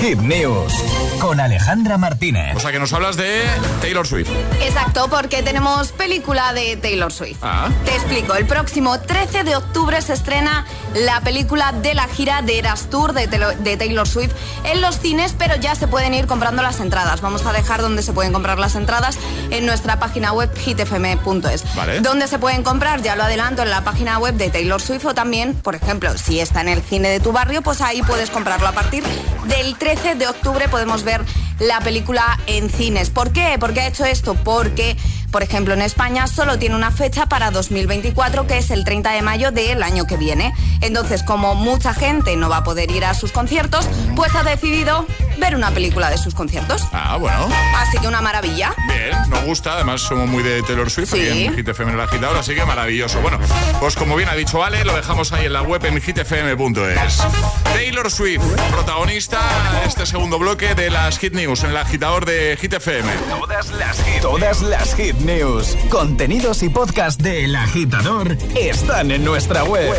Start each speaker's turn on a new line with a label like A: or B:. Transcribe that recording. A: Hit News con Alejandra Martínez.
B: O sea, que nos hablas de Taylor Swift.
C: Exacto, porque tenemos película de Taylor Swift.
B: Ah.
C: Te explico, el próximo 13 de octubre se estrena la película de la gira de Eras Tour de, Telo- de Taylor Swift en los cines, pero ya se pueden ir comprando las entradas. Vamos a dejar donde se pueden comprar las entradas en nuestra página web hitfm.es.
B: Vale.
C: Donde se pueden comprar, ya lo adelanto, en la página web de Taylor Swift o también, por ejemplo, si está en el cine de tu barrio, pues ahí puedes comprarlo. A partir del 13 de octubre podemos ver la película en cines. ¿Por qué? ¿Por qué ha hecho esto? Porque, por ejemplo, en España solo tiene una fecha para 2024, que es el 30 de mayo del año que viene. Entonces, como mucha gente no va a poder ir a sus conciertos, pues ha decidido ver una película de sus conciertos.
B: Ah, bueno.
C: Así que una maravilla.
B: Bien, nos gusta. Además, somos muy de Taylor Swift
C: Sí.
B: y en Hit FM en el agitador, así que maravilloso. Bueno, pues como bien ha dicho Ale, lo dejamos ahí en la web en hitfm.es. Taylor Swift, protagonista de este segundo bloque de las Hit News en el agitador de Hit FM.
A: Todas las hit, todas las hit news, contenidos y podcast del agitador están en nuestra web.